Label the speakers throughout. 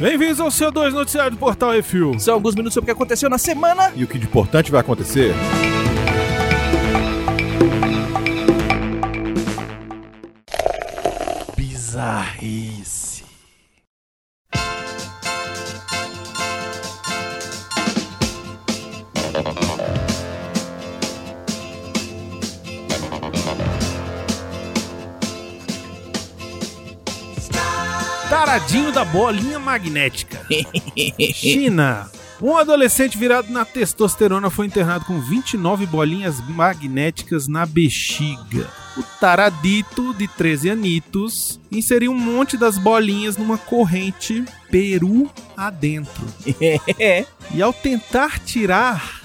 Speaker 1: Bem-vindos ao CO2 Noticiário do Portal Refil.
Speaker 2: São alguns minutos sobre o que aconteceu na semana.
Speaker 1: E o que de importante vai acontecer?
Speaker 2: Bizarrice.
Speaker 1: Taradinho da bolinha magnética. China. Um adolescente virado na testosterona foi internado com 29 bolinhas magnéticas na bexiga. O taradito, de 13 anitos, inseriu um monte das bolinhas numa corrente peru adentro. E ao tentar tirar,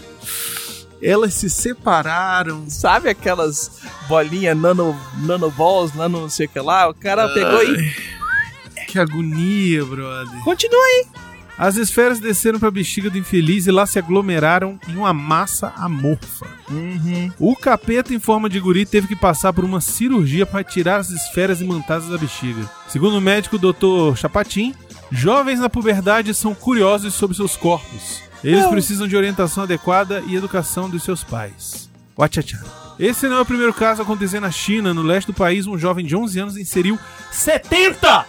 Speaker 1: elas se separaram.
Speaker 2: Sabe aquelas bolinhas nano, nanoballs, nano não sei o que lá? O cara pegou e.
Speaker 1: Que agonia, brother.
Speaker 2: Continua aí.
Speaker 1: As esferas desceram para a bexiga do infeliz e lá se aglomeraram em uma massa amorfa. O capeta em forma de guri teve que passar por uma cirurgia para tirar as esferas imantadas da bexiga. Segundo o médico Dr. Chapatin, jovens na puberdade são curiosos sobre seus corpos. Eles
Speaker 2: Não.
Speaker 1: precisam de orientação adequada e educação dos seus pais. Wachachá. Esse não é o primeiro caso a acontecer na China. No leste do país, um jovem de 11 anos inseriu 70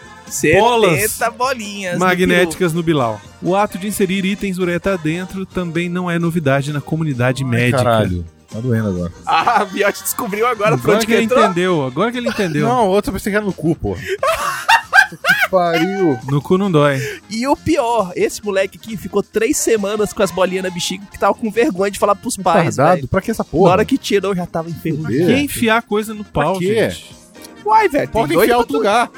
Speaker 1: Bolas.
Speaker 2: 70 bolinhas.
Speaker 1: magnéticas no Bilal. O ato de inserir itens ureta dentro também não é novidade na comunidade médica.
Speaker 3: Caralho, tá doendo agora.
Speaker 2: do Bill. Ah, a Biote descobriu agora pra
Speaker 1: Agora
Speaker 2: onde
Speaker 1: que
Speaker 2: que
Speaker 1: ele
Speaker 2: entrou.
Speaker 1: entendeu, agora que ele entendeu.
Speaker 3: Não, outra pensei que era no cu, pô. que pariu.
Speaker 1: No cu não dói.
Speaker 2: E o pior, esse moleque aqui ficou três semanas com as bolinhas na bexiga porque tava com vergonha de falar pros pais.
Speaker 3: Tardado,
Speaker 2: velho.
Speaker 3: pra que essa
Speaker 2: Na hora
Speaker 3: porra?
Speaker 2: que tirou, já tava enfermo.
Speaker 3: Fudeu.
Speaker 1: Quem enfiar coisa no pau,
Speaker 3: quê?
Speaker 1: gente?
Speaker 2: Uai, velho.
Speaker 3: Pode
Speaker 2: dois
Speaker 3: enfiar
Speaker 2: pra
Speaker 3: outro
Speaker 2: tudo.
Speaker 3: lugar.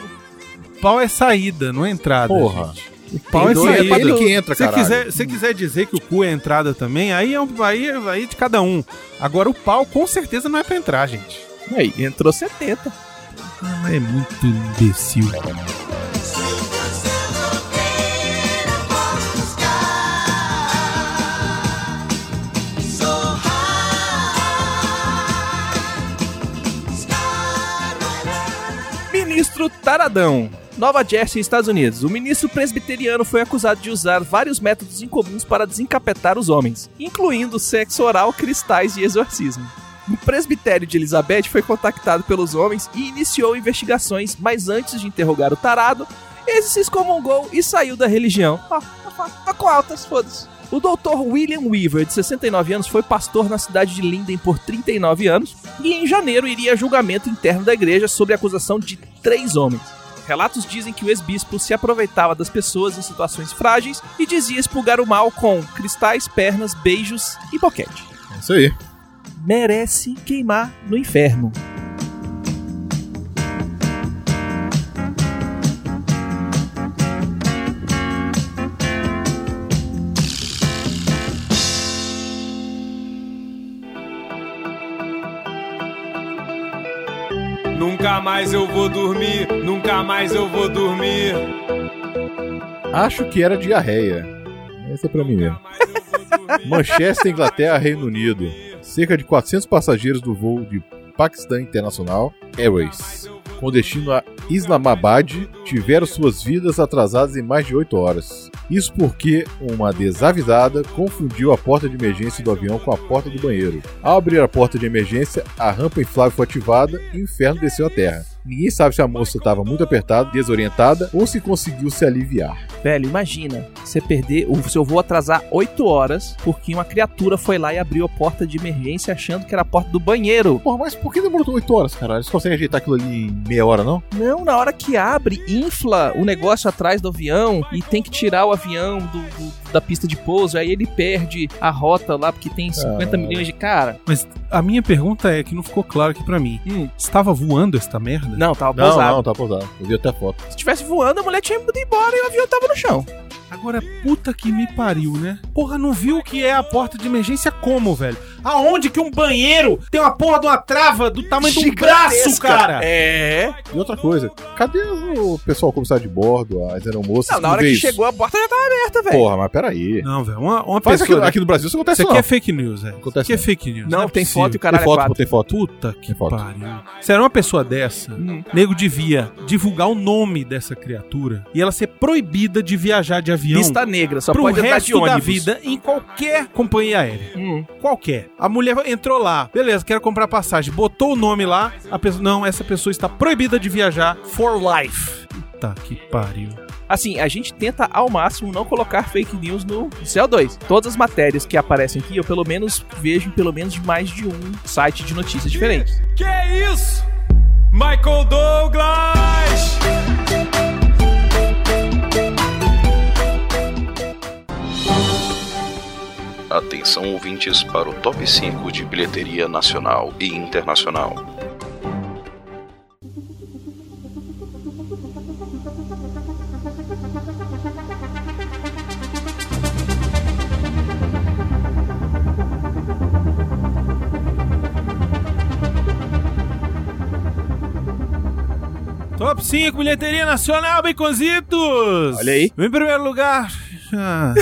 Speaker 1: Pau é saída, não é entrada.
Speaker 3: Porra.
Speaker 1: gente. O pau é
Speaker 2: dois,
Speaker 3: é pra
Speaker 1: saída.
Speaker 2: ele-
Speaker 3: que entra,
Speaker 1: Se
Speaker 3: caralho.
Speaker 1: quiser, se quiser dizer que o cu é entrada também, aí é, um, aí, é- aí é de cada um. Agora o pau com certeza não é pra entrar, gente.
Speaker 2: Aí, entrou 70.
Speaker 1: Ela é muito imbecil.
Speaker 2: Ministro Taradão. Nova Jersey, Estados Unidos. O ministro presbiteriano foi acusado de usar vários métodos incomuns para desencapetar os homens, incluindo sexo oral, cristais e exorcismo. O presbitério de Elizabeth foi contactado pelos homens e iniciou investigações, mas antes de interrogar o tarado, esse se excomungou e saiu da religião. Ó, tá, fa- tá com altas, foda-se. O doutor William Weaver, de 69 anos, foi pastor na cidade de Linden por 39 anos e em janeiro iria a julgamento interno da igreja sobre a acusação de três homens. Relatos dizem que o ex-bispo se aproveitava das pessoas em situações frágeis e dizia expulgar o mal com cristais, pernas, beijos e boquete.
Speaker 3: É Isso aí.
Speaker 2: Merece queimar no inferno.
Speaker 4: Nunca mais eu vou dormir, nunca mais eu vou dormir.
Speaker 3: Acho que era diarreia. Essa é pra mim mesmo. Manchester, Inglaterra, Reino Unido. Cerca de 400 passageiros do voo de Pakistan International Airways, com destino a Islamabad, tiveram suas vidas atrasadas em mais de 8 horas. Isso porque uma desavisada confundiu a porta de emergência do avião com a porta do banheiro. Ao abrir a porta de emergência, a rampa inflável foi ativada e o inferno desceu à terra. Ninguém sabe se a moça estava muito apertada, desorientada ou se conseguiu se aliviar.
Speaker 2: Velho, imagina você perder, o seu voo atrasar 8 horas porque uma criatura foi lá e abriu a porta de emergência achando que era a porta do banheiro.
Speaker 3: Porra, mas por que demorou 8 horas, cara? Eles conseguem ajeitar aquilo ali em meia hora, não?
Speaker 2: Não, na hora que abre, infla o negócio atrás do avião e tem que tirar o avião do, do- da pista de pouso. Aí ele perde a rota lá porque tem 50 milhões de cara.
Speaker 1: A minha pergunta é que não ficou claro aqui pra mim.
Speaker 2: Hum.
Speaker 1: Estava voando esta merda?
Speaker 2: Não, tava
Speaker 3: Não,
Speaker 2: pousado.
Speaker 3: não, tá pousado. Eu vi até a foto.
Speaker 2: Se tivesse voando, a mulher tinha ido embora e o avião tava no chão.
Speaker 1: Agora, puta que me pariu, né? Porra, não viu o que é a porta de emergência como, velho? Aonde que um banheiro tem uma porra de uma trava do tamanho de um
Speaker 2: Gigantesca.
Speaker 1: braço, cara?
Speaker 2: É.
Speaker 3: E outra coisa, cadê o pessoal comissário de bordo, as aeromoças?
Speaker 2: Não, na hora
Speaker 3: vê
Speaker 2: que
Speaker 3: isso?
Speaker 2: chegou a porta já tava aberta, velho.
Speaker 3: Porra, mas peraí.
Speaker 1: Não, velho. Uma, uma
Speaker 3: Faz aqui,
Speaker 1: pessoa.
Speaker 3: aqui no Brasil isso acontece
Speaker 1: Isso aqui
Speaker 3: não.
Speaker 1: é fake news, velho. Isso
Speaker 3: Acontece
Speaker 1: aqui é
Speaker 3: não.
Speaker 1: fake news.
Speaker 2: Não,
Speaker 1: é
Speaker 2: tem
Speaker 1: possível.
Speaker 2: foto e o caralho
Speaker 3: tem
Speaker 2: é
Speaker 3: foto,
Speaker 2: quatro.
Speaker 3: tem foto.
Speaker 1: Puta que
Speaker 3: Tem foto.
Speaker 1: pariu. Se era uma pessoa dessa,
Speaker 2: Hum.
Speaker 1: nego devia divulgar o nome dessa criatura e ela ser proibida de viajar de avião
Speaker 2: Lista negra, só
Speaker 1: pro
Speaker 2: pode andar de
Speaker 1: resto
Speaker 2: ônibus.
Speaker 1: da vida em qualquer companhia aérea.
Speaker 2: Hum.
Speaker 1: qualquer. A mulher entrou lá, beleza, quero comprar passagem. Botou o nome lá, a pessoa. Não, essa pessoa está proibida de viajar for life. Puta que pariu.
Speaker 2: Assim, a gente tenta ao máximo não colocar fake news no CO2. Todas as matérias que aparecem aqui, eu pelo menos vejo em pelo menos de mais de um site de notícias diferentes.
Speaker 4: Que isso? Michael Douglas!
Speaker 5: Atenção ouvintes para o top 5 de bilheteria nacional e internacional.
Speaker 1: Top 5, bilheteria nacional, baconzitos!
Speaker 2: Olha aí.
Speaker 1: Em primeiro lugar. ah,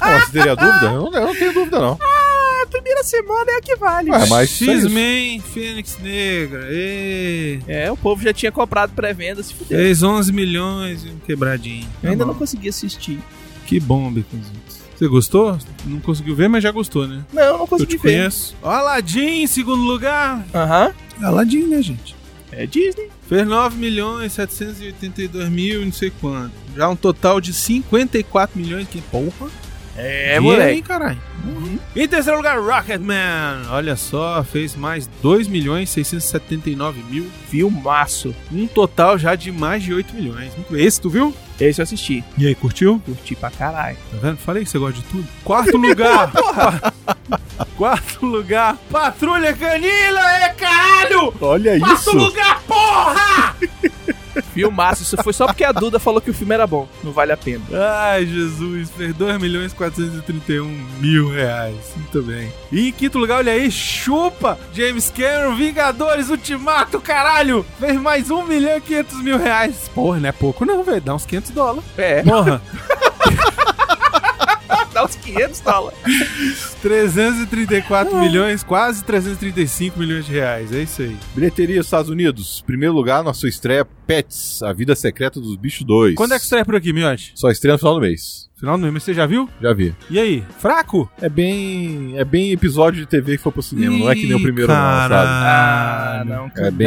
Speaker 3: Não, você teria dúvida? Eu não, eu não tenho dúvida, não.
Speaker 2: A primeira semana é a que vale.
Speaker 3: Ué, mas isso é isso.
Speaker 1: X-Men, Fênix Negra. ê,
Speaker 2: É, o povo já tinha comprado pré-venda, se fudeu.
Speaker 1: Fez 11 milhões e um quebradinho.
Speaker 2: Eu ainda
Speaker 1: Tá
Speaker 2: não
Speaker 1: bom.
Speaker 2: consegui assistir.
Speaker 1: Que bom, baconzitos. Você gostou? Não conseguiu ver, mas já gostou, né?
Speaker 2: Não, eu não
Speaker 1: Eu
Speaker 2: consegui
Speaker 1: te
Speaker 2: ver.
Speaker 1: conheço. Aladdin, em segundo lugar.
Speaker 2: Aham.
Speaker 1: Aladdin, né, gente?
Speaker 2: É Disney.
Speaker 1: Fez 9 milhões 782 mil e não sei quanto. Já um total de 54 milhões. Que porra.
Speaker 2: É,
Speaker 1: Dinheiro,
Speaker 2: moleque.
Speaker 1: hein, caralho. Uhum. Em terceiro lugar, Rocketman. Olha só, fez mais 2 milhões 679 mil.
Speaker 2: Filmaço.
Speaker 1: Um total já de mais de 8 milhões. Muito bem. Esse tu viu?
Speaker 2: Esse eu assisti.
Speaker 1: E aí, curtiu?
Speaker 2: Curti pra caralho.
Speaker 1: Tá vendo? Falei que você gosta de tudo. Quarto lugar. Quarto lugar. Patrulha Canila, é caralho!
Speaker 3: Olha
Speaker 1: Quarto
Speaker 3: isso!
Speaker 1: lugar, porra!
Speaker 2: Filmaço. Isso foi só porque a Duda falou que o filme era bom. Não vale a pena.
Speaker 1: Ai, Jesus, fez 2 milhões 431 mil reais. Muito bem. E em quinto lugar, olha aí, chupa! James Cameron, Vingadores Ultimato, caralho! Fez mais 1 milhão e 500 mil reais. Porra, não é pouco não, velho. Dá uns 500 dólares.
Speaker 2: É,
Speaker 1: Porra,
Speaker 2: dá uns 500 dólares.
Speaker 3: Ah.
Speaker 1: 334 milhões, quase 335 milhões de reais. É isso aí.
Speaker 3: Bilheteria Estados Unidos. Primeiro lugar, na sua estreia, Pets, A Vida Secreta dos Bichos 2.
Speaker 1: Quando é que estreia por aqui, Miote?
Speaker 3: Só estreia no final do mês.
Speaker 1: Final do mês, mas você já viu?
Speaker 3: Já vi.
Speaker 1: E aí, fraco?
Speaker 3: É bem. É bem episódio de TV que foi pro cinema, não é que nem o
Speaker 1: Ih,
Speaker 3: primeiro, não, sabe?
Speaker 2: Ah,
Speaker 1: caralho.
Speaker 3: É bem.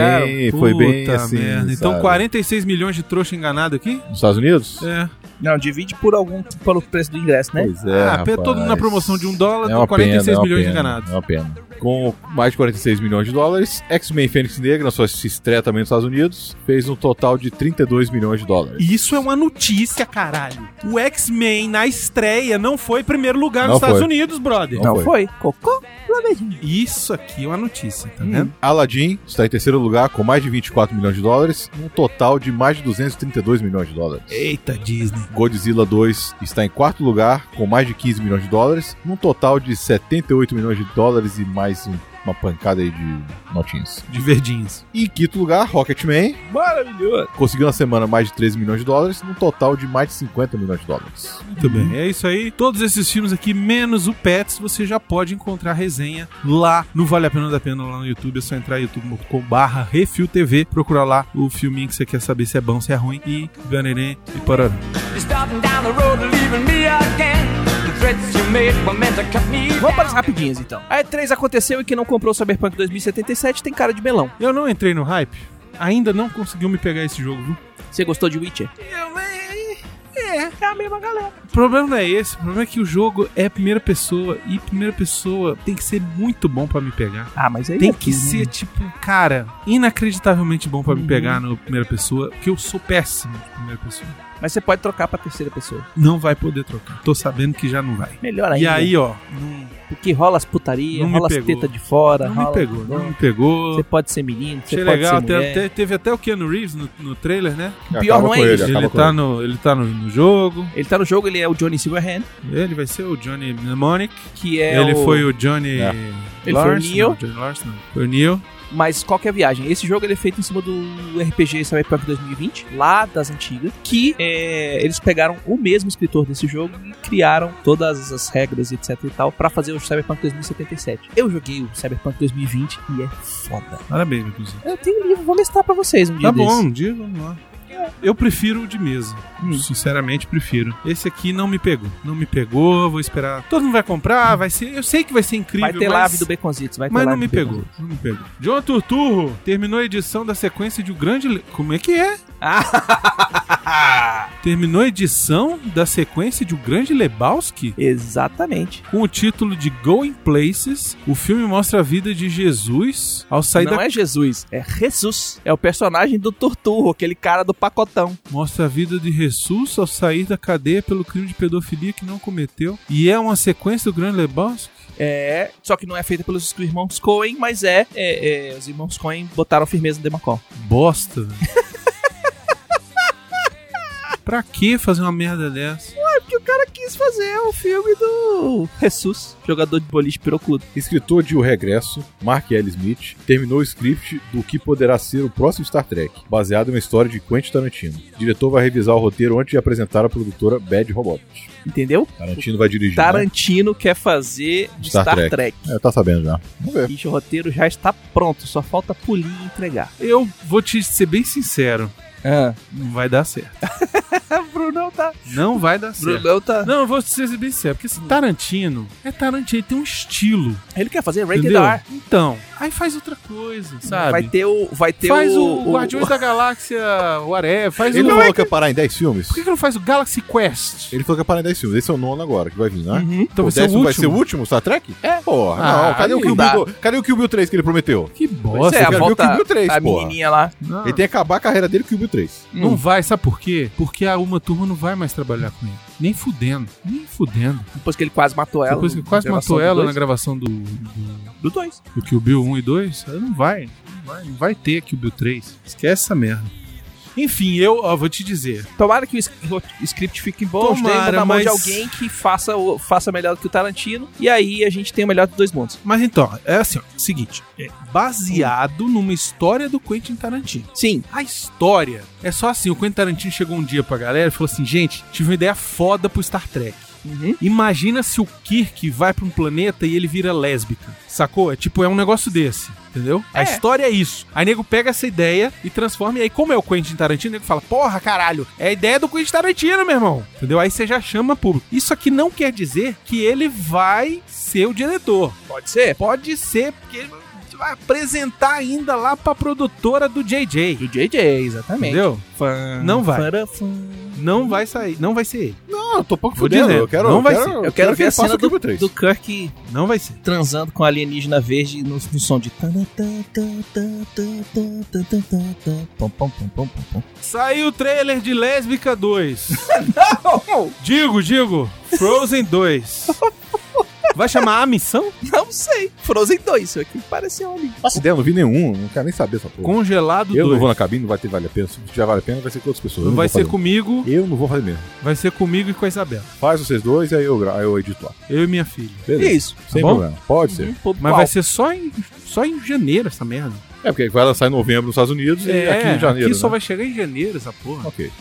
Speaker 1: Cara,
Speaker 3: foi bem
Speaker 1: puta
Speaker 3: assim.
Speaker 1: merda. Então,
Speaker 3: sabe?
Speaker 1: 46 milhões de trouxa enganado aqui?
Speaker 3: Nos Estados Unidos?
Speaker 1: É.
Speaker 2: Não, divide por algum, pelo preço do ingresso, né?
Speaker 3: Pois é.
Speaker 1: ah, pe- todo mundo na promoção de um dólar,
Speaker 3: É
Speaker 1: com
Speaker 3: uma
Speaker 1: 46
Speaker 3: pena, é uma
Speaker 1: milhões
Speaker 3: pena,
Speaker 1: de enganados.
Speaker 3: É uma pena. Com mais de 46 milhões de dólares, X-Men Fênix Negra, na sua estreia também nos Estados Unidos, fez um total de 32 milhões de dólares.
Speaker 1: Isso é uma notícia, caralho. O X-Men na estreia não foi primeiro lugar
Speaker 3: Não
Speaker 1: nos Estados
Speaker 3: foi.
Speaker 1: Unidos, brother.
Speaker 3: Não
Speaker 2: Não, foi. Cocô, planejinho.
Speaker 1: Isso aqui é uma notícia, tá
Speaker 2: Hum.
Speaker 1: vendo?
Speaker 3: Aladdin está em terceiro lugar com mais de 24 milhões de dólares, um total de mais de 232 milhões de dólares.
Speaker 1: Eita, Disney.
Speaker 3: Godzilla 2 está em quarto lugar com mais de 15 milhões de dólares, num total de 78 milhões de dólares e mais um- uma pancada aí de notinhas.
Speaker 1: De verdinhos.
Speaker 3: E em quinto lugar, Rocketman,
Speaker 2: Maravilhoso.
Speaker 3: conseguiu na semana mais de 13 milhões de dólares, num total de mais de 50 milhões de dólares.
Speaker 1: Muito bem, é isso aí. Todos esses filmes aqui, menos o Pets, você já pode encontrar a resenha lá no Vale a Pena da Pena, lá no YouTube. É só entrar youtube.com barra Refil TV, procurar lá o filminho que você quer saber se é bom, se é ruim. E ganerê e parará.
Speaker 6: You're starting down the road and leaving me again. The threats you made were meant to cut me
Speaker 2: Vamos para as rapidinhas, então. A E3 aconteceu e quem não comprou o Cyberpunk 2077 tem cara de melão.
Speaker 1: Eu não entrei no hype. Ainda não conseguiu me pegar esse jogo, viu?
Speaker 2: Você gostou de Witcher? É a mesma galera.
Speaker 1: O problema não é esse. O problema é que o jogo é primeira pessoa. E primeira pessoa tem que ser muito bom pra me pegar.
Speaker 2: Ah, mas aí
Speaker 1: Tem
Speaker 2: é
Speaker 1: que
Speaker 2: tudo, né?
Speaker 1: ser, tipo,
Speaker 2: Uhum.
Speaker 1: cara, inacreditavelmente bom pra me pegar no primeira pessoa. Porque eu sou péssimo de primeira pessoa.
Speaker 2: Mas você pode trocar pra terceira pessoa.
Speaker 1: Não vai poder trocar. Tô sabendo que já não vai.
Speaker 2: Melhor ainda.
Speaker 1: E aí, ó,
Speaker 2: Porque rola as putarias,
Speaker 1: Não me
Speaker 2: rola as
Speaker 1: pegou.
Speaker 2: tetas de fora.
Speaker 1: não
Speaker 2: rola-
Speaker 1: me pegou, não me pegou.
Speaker 2: Você pode ser menino, você
Speaker 1: Achei
Speaker 2: pode
Speaker 1: legal,
Speaker 2: ser
Speaker 1: até-
Speaker 2: mulher.
Speaker 1: até- teve até o Keanu Reeves no, no trailer, né?
Speaker 2: pior
Speaker 3: acaba
Speaker 2: não é
Speaker 3: com
Speaker 2: isso.
Speaker 3: ele, acaba
Speaker 1: Ele
Speaker 3: com
Speaker 1: tá,
Speaker 3: ele.
Speaker 1: no, ele tá no, no jogo,
Speaker 2: Ele tá no jogo, ele é o Johnny Silverhand,
Speaker 1: ele vai ser o Johnny Mnemonic.
Speaker 2: que é
Speaker 1: ele
Speaker 2: o...
Speaker 1: foi o Johnny.
Speaker 3: É.
Speaker 2: foi o
Speaker 1: Lawrence,
Speaker 2: Neo.
Speaker 1: não, Johnny Lawrence, não. Foi o Neo.
Speaker 2: Mas qual que é a viagem? Esse jogo ele é feito em cima do RPG Cyberpunk 2020, lá das antigas, que é, eles pegaram o mesmo escritor desse jogo e criaram todas as regras, etc e tal, pra fazer o Cyberpunk 2077. Eu joguei o Cyberpunk 2020 e é foda.
Speaker 1: Parabéns, inclusive.
Speaker 2: Eu tenho um livro, vou mestrar pra vocês um dia
Speaker 1: Tá
Speaker 2: desse.
Speaker 1: bom, um dia vamos lá. Eu prefiro o de mesa. Sinceramente, prefiro. Esse aqui não me pegou. Não me pegou, vou esperar. Todo mundo vai comprar, vai ser. Eu sei que vai ser incrível.
Speaker 2: Vai ter
Speaker 1: mas...
Speaker 2: live do Baconzitos, vai ter
Speaker 1: Mas não
Speaker 2: live
Speaker 1: me
Speaker 2: do
Speaker 1: pegou,
Speaker 2: Baconzitos.
Speaker 1: não me pegou. John Turturro terminou a edição da sequência de O Grande... Le- Como é que é?
Speaker 2: Ah!
Speaker 1: terminou a edição da sequência de O Grande Lebowski?
Speaker 2: Exatamente.
Speaker 1: Com o título de Going Places, o filme mostra a vida de Jesus ao sair
Speaker 2: não
Speaker 1: da...
Speaker 2: é Jesus, é Jesus. É o personagem do Torturro, aquele cara do pacotão.
Speaker 1: Mostra a vida de Jesus ao sair da cadeia pelo crime de pedofilia que não cometeu. E é uma sequência do Grande Lebowski?
Speaker 2: É, só que não é feita pelos irmãos Coen, mas é, é, é, os irmãos Coen botaram firmeza no Demacol.
Speaker 1: Bosta, velho. Pra que fazer uma merda dessa?
Speaker 2: Porque o cara quis fazer o filme do Jesus, jogador de boliche pirocudo.
Speaker 3: Escritor de O Regresso, Mark L. Smith, terminou o script do que poderá ser o próximo Star Trek, baseado em uma história de Quentin Tarantino. O diretor vai revisar o roteiro antes de apresentar a produtora Bad Robotics.
Speaker 2: Entendeu?
Speaker 3: Tarantino vai dirigir. né?
Speaker 2: Tarantino quer fazer de Star,
Speaker 3: Star
Speaker 2: Trek.
Speaker 3: Trek. É, tá sabendo já. Vamos ver.
Speaker 2: E o roteiro já está pronto, só falta polir e entregar.
Speaker 1: Eu vou te ser bem sincero.
Speaker 2: Ah,
Speaker 1: Não vai dar certo.
Speaker 2: Brunão tá.
Speaker 1: Não vai dar certo.
Speaker 2: Brunão tá.
Speaker 1: Não, eu vou ser bem sincero, porque esse Tarantino é Tarantino, ele tem um estilo.
Speaker 2: Ele quer fazer Rated
Speaker 1: Entendeu?
Speaker 2: R.
Speaker 1: Então, aí faz outra coisa, sabe?
Speaker 2: Vai ter o. Vai ter
Speaker 1: faz o,
Speaker 2: o.
Speaker 1: Guardiões da Galáxia, o Aré, faz
Speaker 3: Ele
Speaker 1: o.
Speaker 3: não falou que ia parar em 10 filmes?
Speaker 1: Por que, que não faz o Galaxy Quest?
Speaker 3: Ele falou que ia parar em 10 filmes. Esse é o nono agora que vai vir, né?
Speaker 1: Uhum. Então vai
Speaker 3: o
Speaker 1: ser o
Speaker 3: décimo vai ser o
Speaker 1: último.
Speaker 3: último Star Trek? É. Porra,
Speaker 1: Ah,
Speaker 3: não. Cadê o,
Speaker 1: aí
Speaker 3: Kill
Speaker 2: dá.
Speaker 3: Bill, do- cadê o Kill Bill 3 que ele prometeu?
Speaker 1: Que
Speaker 2: Pois
Speaker 1: bosta.
Speaker 2: é, a
Speaker 3: quero ver o
Speaker 2: volta.
Speaker 3: Kill Bill três,
Speaker 2: a
Speaker 3: porra.
Speaker 2: menininha lá.
Speaker 1: Não,
Speaker 3: Ele tem que acabar a carreira dele com o Kill Bill 3.
Speaker 1: não vai, sabe por quê? Porque a Uma Turma não vai mais trabalhar com ele. Nem fudendo, nem fudendo.
Speaker 2: Depois que ele quase matou ela.
Speaker 1: Depois que
Speaker 2: na
Speaker 1: quase
Speaker 2: gravação
Speaker 1: matou
Speaker 2: do
Speaker 1: ela né? na
Speaker 2: dois.
Speaker 1: gravação do, do,
Speaker 2: Do 2.
Speaker 1: do Kill Bill 1 e 2, aí não vai. Não vai, não vai ter Kill Bill 3. Esquece essa merda. Enfim, eu ó, vou te dizer.
Speaker 2: Tomara que o es- o script fique bom,
Speaker 1: Tomara,
Speaker 2: esteja na mão de
Speaker 1: mas-
Speaker 2: alguém que faça, o- faça melhor do que o Tarantino, e aí a gente tem o melhor dos dois mundos.
Speaker 1: Mas então, é assim, ó, seguinte, é baseado numa história do Quentin Tarantino.
Speaker 2: Sim.
Speaker 1: A história é só assim, o Quentin Tarantino chegou um dia pra galera e falou assim, gente, tive uma ideia foda pro Star Trek. Uhum. Imagina se o Kirk vai pra um planeta e ele vira lésbica, sacou? É tipo, é um negócio desse, entendeu?
Speaker 2: É.
Speaker 1: A história é isso. Aí nego pega essa ideia e transforma, e aí como é o Quentin Tarantino, o nego fala, porra, caralho, é a ideia do Quentin Tarantino, meu irmão, entendeu? Aí você já chama público. Isso aqui não quer dizer que ele vai ser o diretor.
Speaker 2: Pode ser?
Speaker 1: Pode ser, porque ele vai apresentar ainda lá pra produtora do JJ,
Speaker 2: Do JJ, exatamente.
Speaker 1: entendeu?
Speaker 2: Fã,
Speaker 1: Não vai.
Speaker 2: fará, fã.
Speaker 1: Não vai sair, não vai ser ele.
Speaker 3: Não, eu tô pouco
Speaker 1: Vou
Speaker 3: fudendo.
Speaker 1: dizer,
Speaker 3: Eu quero,
Speaker 1: não
Speaker 3: eu
Speaker 1: vai
Speaker 3: quero,
Speaker 1: ser.
Speaker 2: Eu quero ver a
Speaker 3: faça
Speaker 2: cena
Speaker 3: o Kill
Speaker 2: do,
Speaker 3: Bill 3.
Speaker 2: do Kirk
Speaker 1: Não vai ser.
Speaker 2: transando com a alienígena verde no, no som de. tan, tan, tan, tan, tan, tan, tan, tan, tan, tan, pom, pom, pom, pom, pom, pom.
Speaker 1: Saiu o trailer de Lésbica 2. Digo, digo. Frozen 2. Vai chamar a missão?
Speaker 2: Não sei. Frozen 2, isso aqui um pareceu ali.
Speaker 3: Faço ideia, eu não vi nenhum. Não quero nem saber essa porra.
Speaker 1: Congelado
Speaker 3: Eu não
Speaker 1: 2.
Speaker 3: vou na cabine, não vai ter vale a pena. Se tiver vale a pena, vai ser com outras pessoas. eu
Speaker 1: Vai
Speaker 3: vou
Speaker 1: ser
Speaker 3: fazer.
Speaker 1: comigo,
Speaker 3: Eu não vou fazer mesmo.
Speaker 1: vai ser comigo e com a Isabela.
Speaker 3: Faz vocês dois e aí eu, gra- aí eu edito lá.
Speaker 1: Eu e minha filha.
Speaker 3: Beleza.
Speaker 2: É Isso.
Speaker 3: Sem
Speaker 1: Tá bom? Uhum.
Speaker 3: problema. Pode ser.
Speaker 2: Um pouco
Speaker 1: Mas
Speaker 2: mal.
Speaker 1: vai ser só em, só em janeiro essa merda.
Speaker 3: É, porque vai lançar em novembro nos Estados Unidos e aqui em janeiro.
Speaker 1: É, aqui só
Speaker 3: né?
Speaker 1: vai chegar em janeiro essa porra.
Speaker 3: Ok.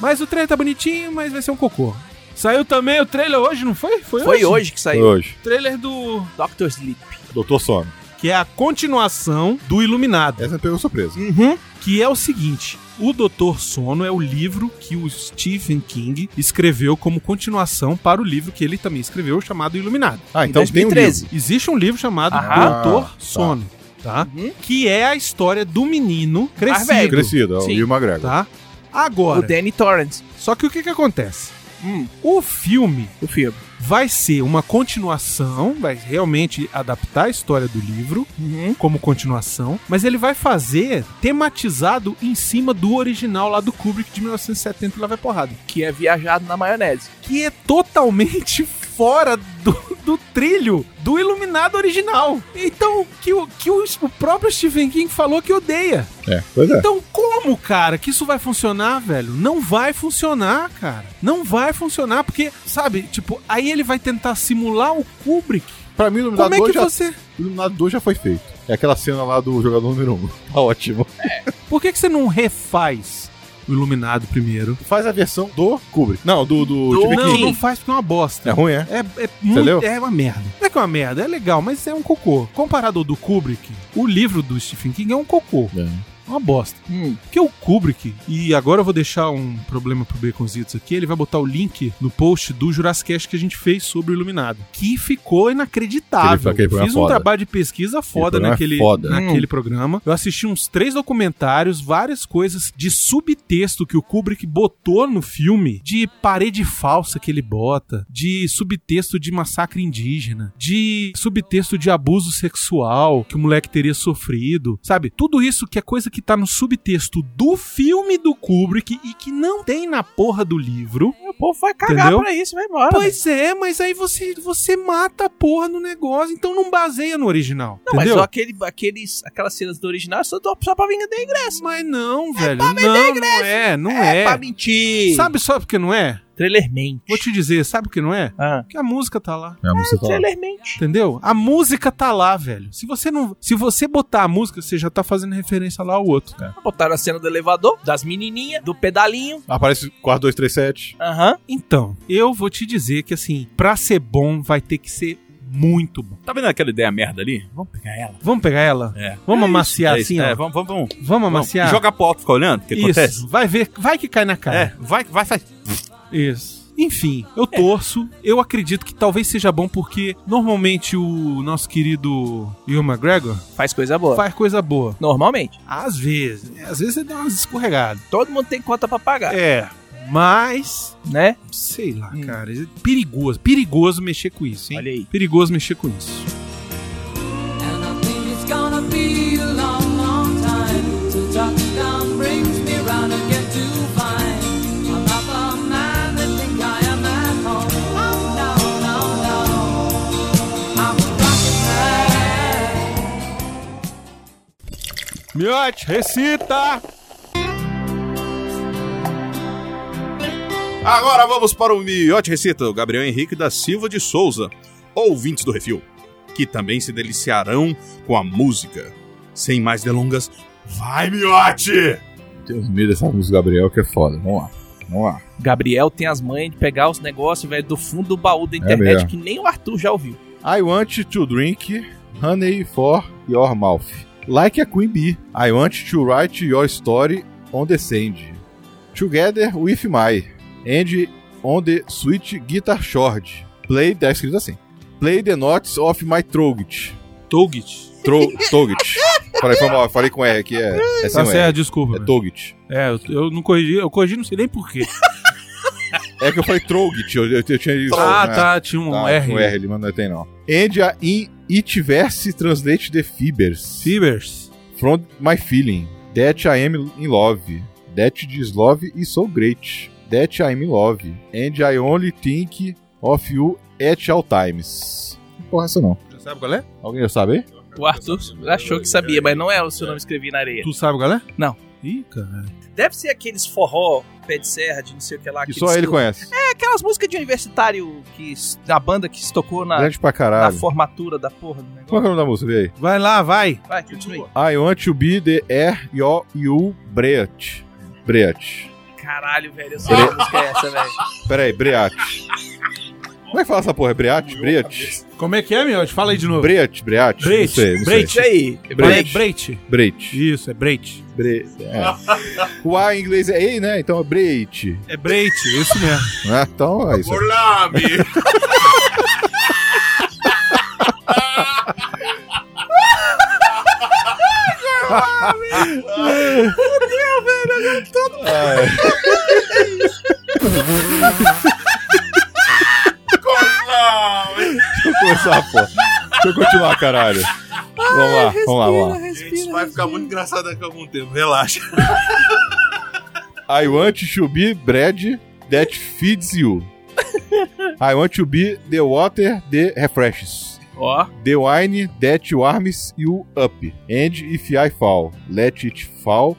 Speaker 1: Mas o trailer tá bonitinho, mas vai ser um cocô. Saiu também o trailer hoje, não foi? Foi,
Speaker 2: Foi hoje que
Speaker 3: Foi
Speaker 2: saiu.
Speaker 3: hoje.
Speaker 1: Trailer do...
Speaker 2: Doctor Sleep.
Speaker 3: Doutor Sono.
Speaker 1: Que é a continuação do Iluminado.
Speaker 3: Essa me pegou surpresa.
Speaker 1: que é o seguinte: O Doutor Sono é o livro que o Stephen King escreveu como continuação para o livro que ele também escreveu, chamado Iluminado.
Speaker 3: Ah, então
Speaker 2: em
Speaker 3: tem um livro.
Speaker 2: 2013.
Speaker 1: Existe um livro chamado
Speaker 2: Aham.
Speaker 1: Doutor Sono, tá?
Speaker 2: Ah, Uhum.
Speaker 1: Que é a história do menino
Speaker 2: velho.
Speaker 1: crescido,
Speaker 3: Crescido, é o
Speaker 2: Sim.
Speaker 3: Will McGregor.
Speaker 1: tá?
Speaker 2: O
Speaker 1: Agora,
Speaker 2: Danny Torrance.
Speaker 1: só que o que que acontece?
Speaker 2: Hum,
Speaker 1: O filme
Speaker 2: o filme.
Speaker 1: vai ser uma continuação, vai realmente adaptar a história do livro como continuação, mas ele vai fazer tematizado em cima do original lá do Kubrick de 1970 e lá vai porrada.
Speaker 2: Que é viajado na maionese.
Speaker 1: Que é totalmente fora do, do trilho do Iluminado original. Então, que, o, que o, o próprio Stephen King falou que odeia.
Speaker 3: É, pois é.
Speaker 1: Então, como, cara, que isso vai funcionar, velho? Não vai funcionar, cara. Não vai funcionar, porque, sabe, tipo, aí ele vai tentar simular o Kubrick.
Speaker 3: Pra mim, o
Speaker 1: Como
Speaker 3: Iluminado,
Speaker 1: é que
Speaker 3: 2 já,
Speaker 1: você.
Speaker 3: o Iluminado 2 já foi feito. É aquela cena lá do jogador número 1. Tá ótimo.
Speaker 1: Por que, que você não refaz o Iluminado primeiro?
Speaker 3: Faz a versão do Kubrick. Não, do, do,
Speaker 2: Do-
Speaker 3: Stephen
Speaker 1: Não,
Speaker 3: King.
Speaker 1: não faz porque é uma bosta.
Speaker 3: É ruim, é?
Speaker 1: É, é, muito,
Speaker 3: Entendeu?
Speaker 1: é uma merda. Não é que é uma merda, é legal, mas é um cocô. Comparado ao do Kubrick, o livro do Stephen King é um cocô.
Speaker 3: É.
Speaker 1: Uma bosta.
Speaker 2: Hum.
Speaker 1: Porque o Kubrick, e agora eu vou deixar um problema pro Baconzitos aqui, ele vai botar o link no post do Jurassic que a gente fez sobre o Iluminado, que ficou inacreditável.
Speaker 3: Aquele- aquele programa
Speaker 1: Fiz um
Speaker 3: foda.
Speaker 1: trabalho de pesquisa foda
Speaker 3: programa é
Speaker 1: naquele,
Speaker 3: foda.
Speaker 2: Hum.
Speaker 1: naquele programa. Eu assisti uns três documentários, várias coisas de subtexto que o Kubrick botou no filme, de parede falsa que ele bota, de subtexto de massacre indígena, de subtexto de abuso sexual que o moleque teria sofrido, sabe? Tudo isso que é coisa que tá no subtexto do filme do Kubrick e que não tem na porra do livro.
Speaker 2: O povo vai cagar
Speaker 1: Entendeu?
Speaker 2: pra isso, vai embora. velho.
Speaker 1: Pois é, mas aí você, você mata a porra no negócio, então não baseia no original.
Speaker 2: Não, mas
Speaker 1: entendeu?
Speaker 2: só aquele, aqueles, aquelas cenas do original só, do- só pra vender ingresso.
Speaker 1: Mas não, velho. não, não é, não é.
Speaker 2: pra mentir.
Speaker 1: Sabe só porque não é?
Speaker 2: Trailermente.
Speaker 1: Vou te dizer, sabe por que não é?
Speaker 2: Ah.
Speaker 1: Porque a música tá lá.
Speaker 3: É, a música tá lá.
Speaker 2: Trailermente.
Speaker 1: Entendeu? A música tá lá, velho. Se você não, se você botar a música, você já tá fazendo referência lá ao outro.
Speaker 2: Botaram a cena do elevador, das menininhas, do pedalinho.
Speaker 3: Aparece 4237.
Speaker 2: Aham.
Speaker 1: Então, eu vou te dizer que assim, pra ser bom vai ter que ser muito bom.
Speaker 7: Tá vendo aquela ideia merda ali? Vamos pegar ela.
Speaker 1: Vamos pegar ela?
Speaker 7: É.
Speaker 1: Vamos
Speaker 7: É
Speaker 1: amaciar
Speaker 7: isso,
Speaker 1: assim, ó.
Speaker 7: é,
Speaker 1: vamos,
Speaker 7: vamos, vamos, vamos.
Speaker 1: amaciar.
Speaker 7: Joga a porta, fica olhando o que
Speaker 1: Isso.
Speaker 7: acontece.
Speaker 1: Vai ver, vai que cai na cara.
Speaker 7: É, vai, vai, sai.
Speaker 1: Isso. Enfim, eu torço. Eu acredito que talvez seja bom porque normalmente o nosso querido Ian McGregor
Speaker 2: Faz coisa boa.
Speaker 1: faz coisa boa.
Speaker 2: Normalmente.
Speaker 1: Às vezes. né? Às vezes ele dá umas escorregadas.
Speaker 2: Todo mundo tem conta pra pagar,
Speaker 1: É. Mas,
Speaker 2: né?
Speaker 1: sei lá,
Speaker 2: Hum.
Speaker 1: cara. é Perigoso. Perigoso mexer com isso, hein?
Speaker 2: Olha aí.
Speaker 1: Perigoso mexer com isso.
Speaker 6: And I think it's gonna be a long, long time till touchdown brings me round again to find I'm not the man that think I am at home. Oh, no, no, no. I'm a rocket man.
Speaker 1: Miote, recita!
Speaker 7: Agora vamos para o Miote Recita, o Gabriel Henrique da Silva de Souza, ouvintes do Refil, que também se deliciarão com a música. Sem mais delongas, vai Miote!
Speaker 3: Tenho medo dessa música do Gabriel, que é foda. Vamos lá. Vamos lá.
Speaker 2: Gabriel tem as manhas de pegar os negócios, velho, do fundo do baú da internet
Speaker 3: É mesmo.
Speaker 2: que nem o Arthur já ouviu.
Speaker 3: I want to drink honey for your mouth. Like a queen bee. I want to write your story on the sand. Together with my. And on the sweet guitar short. Play, tá escrito assim. Play the notes of my throat.
Speaker 1: Togit.
Speaker 3: Tro, throat. falei, foi mal, falei com R aqui, é, é sem
Speaker 1: Tá
Speaker 3: um
Speaker 1: certo,
Speaker 3: R.
Speaker 1: desculpa.
Speaker 3: É
Speaker 1: velho.
Speaker 3: throat.
Speaker 1: É, eu, eu não corrigi, eu corrigi, não sei nem porquê.
Speaker 3: É que eu falei throat, eu, eu, eu tinha isso.
Speaker 1: ah,
Speaker 3: né?
Speaker 1: tá, tinha um
Speaker 3: Tá,
Speaker 1: R.
Speaker 3: Um R, ele mas não tem não. And a in it verse translate the fibers.
Speaker 1: Fibers.
Speaker 3: From my feeling. That I am in love. That is love is so great. That I am in love. And I only think of you at all times. Não Porra, essa não.
Speaker 1: Já sabe qual é?
Speaker 3: Alguém já sabe? aí?
Speaker 2: O Arthur achou que sabia, mas não é o seu nome escrevi na areia.
Speaker 1: Tu sabe qual é?
Speaker 2: Não.
Speaker 1: Ih, cara.
Speaker 2: Deve ser aqueles forró, pé de serra, de não sei o que lá.
Speaker 3: Que
Speaker 2: aqueles
Speaker 3: só ele
Speaker 2: que-
Speaker 3: conhece.
Speaker 2: É aquelas músicas de universitário que s- da banda que se tocou na,
Speaker 3: Grande pra
Speaker 2: na
Speaker 3: caralho.
Speaker 2: formatura da porra do negócio.
Speaker 3: Qual que é o nome da música? Vê
Speaker 1: Vai lá, vai.
Speaker 2: Vai, continue.
Speaker 3: aí. I want to be the air your you breat. Breat.
Speaker 2: Caralho, velho, eu sei que música é essa, velho.
Speaker 3: Pera aí, breat. Como é que fala essa porra? É breat? Breat?
Speaker 1: Como é que é, Miote? Fala aí de novo.
Speaker 3: Breat, breat. Não
Speaker 1: Breat,
Speaker 3: sei, não sei.
Speaker 1: breat.
Speaker 2: Isso aí.
Speaker 1: É Breit.
Speaker 3: Breit.
Speaker 1: Breit.
Speaker 3: Breat.
Speaker 1: Isso, é Breit.
Speaker 3: Bre... É. O A em inglês é E, né? Então é breat.
Speaker 1: É Breit, isso mesmo.
Speaker 3: né? Então é isso. aí.
Speaker 7: Olá, amigo!
Speaker 3: Ah, é. começar, pô. Deixa eu continuar, caralho. Vamos lá, vamos lá, vamos lá.
Speaker 7: Gente, vai ficar muito engraçado daqui a algum tempo, relaxa.
Speaker 3: I want to be bread that feeds you. I want to be the water that refreshes.
Speaker 2: Ó,
Speaker 3: The wine that warms you up. And if I fall, let it fall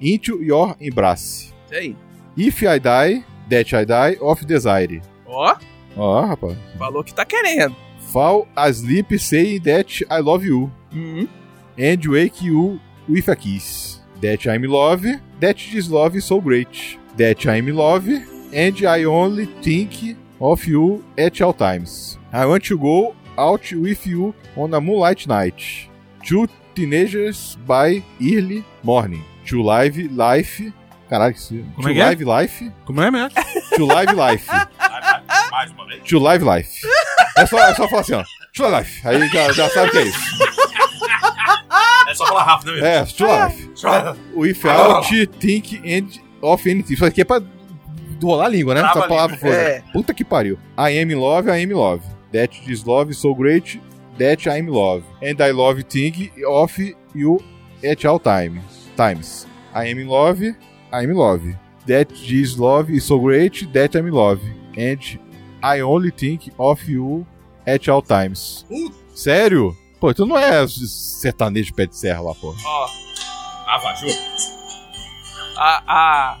Speaker 3: into your embrace.
Speaker 2: aí.
Speaker 3: If I die, that I die of desire.
Speaker 2: Ó,
Speaker 3: Ó, rapaz.
Speaker 2: falou que tá querendo.
Speaker 3: Fall asleep saying that I love you.
Speaker 2: Uhum.
Speaker 3: And wake you with a kiss. That I'm love, that this love is so great. That I'm love, and I only think of you at all times. I want to go out with you on a moonlight night. Two teenagers by early morning. To live life. Caralho, isso.
Speaker 1: Como
Speaker 3: to
Speaker 1: é que é?
Speaker 3: live life.
Speaker 1: Como é mesmo?
Speaker 3: To live life.
Speaker 7: Mais uma vez.
Speaker 3: To live life. É só, é só falar assim, ó. To live life. Aí já, já sabe o que é isso.
Speaker 7: É só falar rápido, né,
Speaker 3: É, to life. Without think and of anything. Isso aqui é pra rolar a língua, né?
Speaker 7: Trava
Speaker 3: Essa
Speaker 7: a
Speaker 3: palavra foi.
Speaker 2: É.
Speaker 3: Puta que pariu. I am in love, I am in love. That is love, so great. That I am love. And I love think of you at all time. times. I am in love, I am in love. That this love is so great, that I am in love. And I only think of you at all times. Sério? Pô, tu não é sertanejo de pé de serra lá, pô.
Speaker 2: Ó,
Speaker 7: Ah, vai, Ju.
Speaker 2: a, a.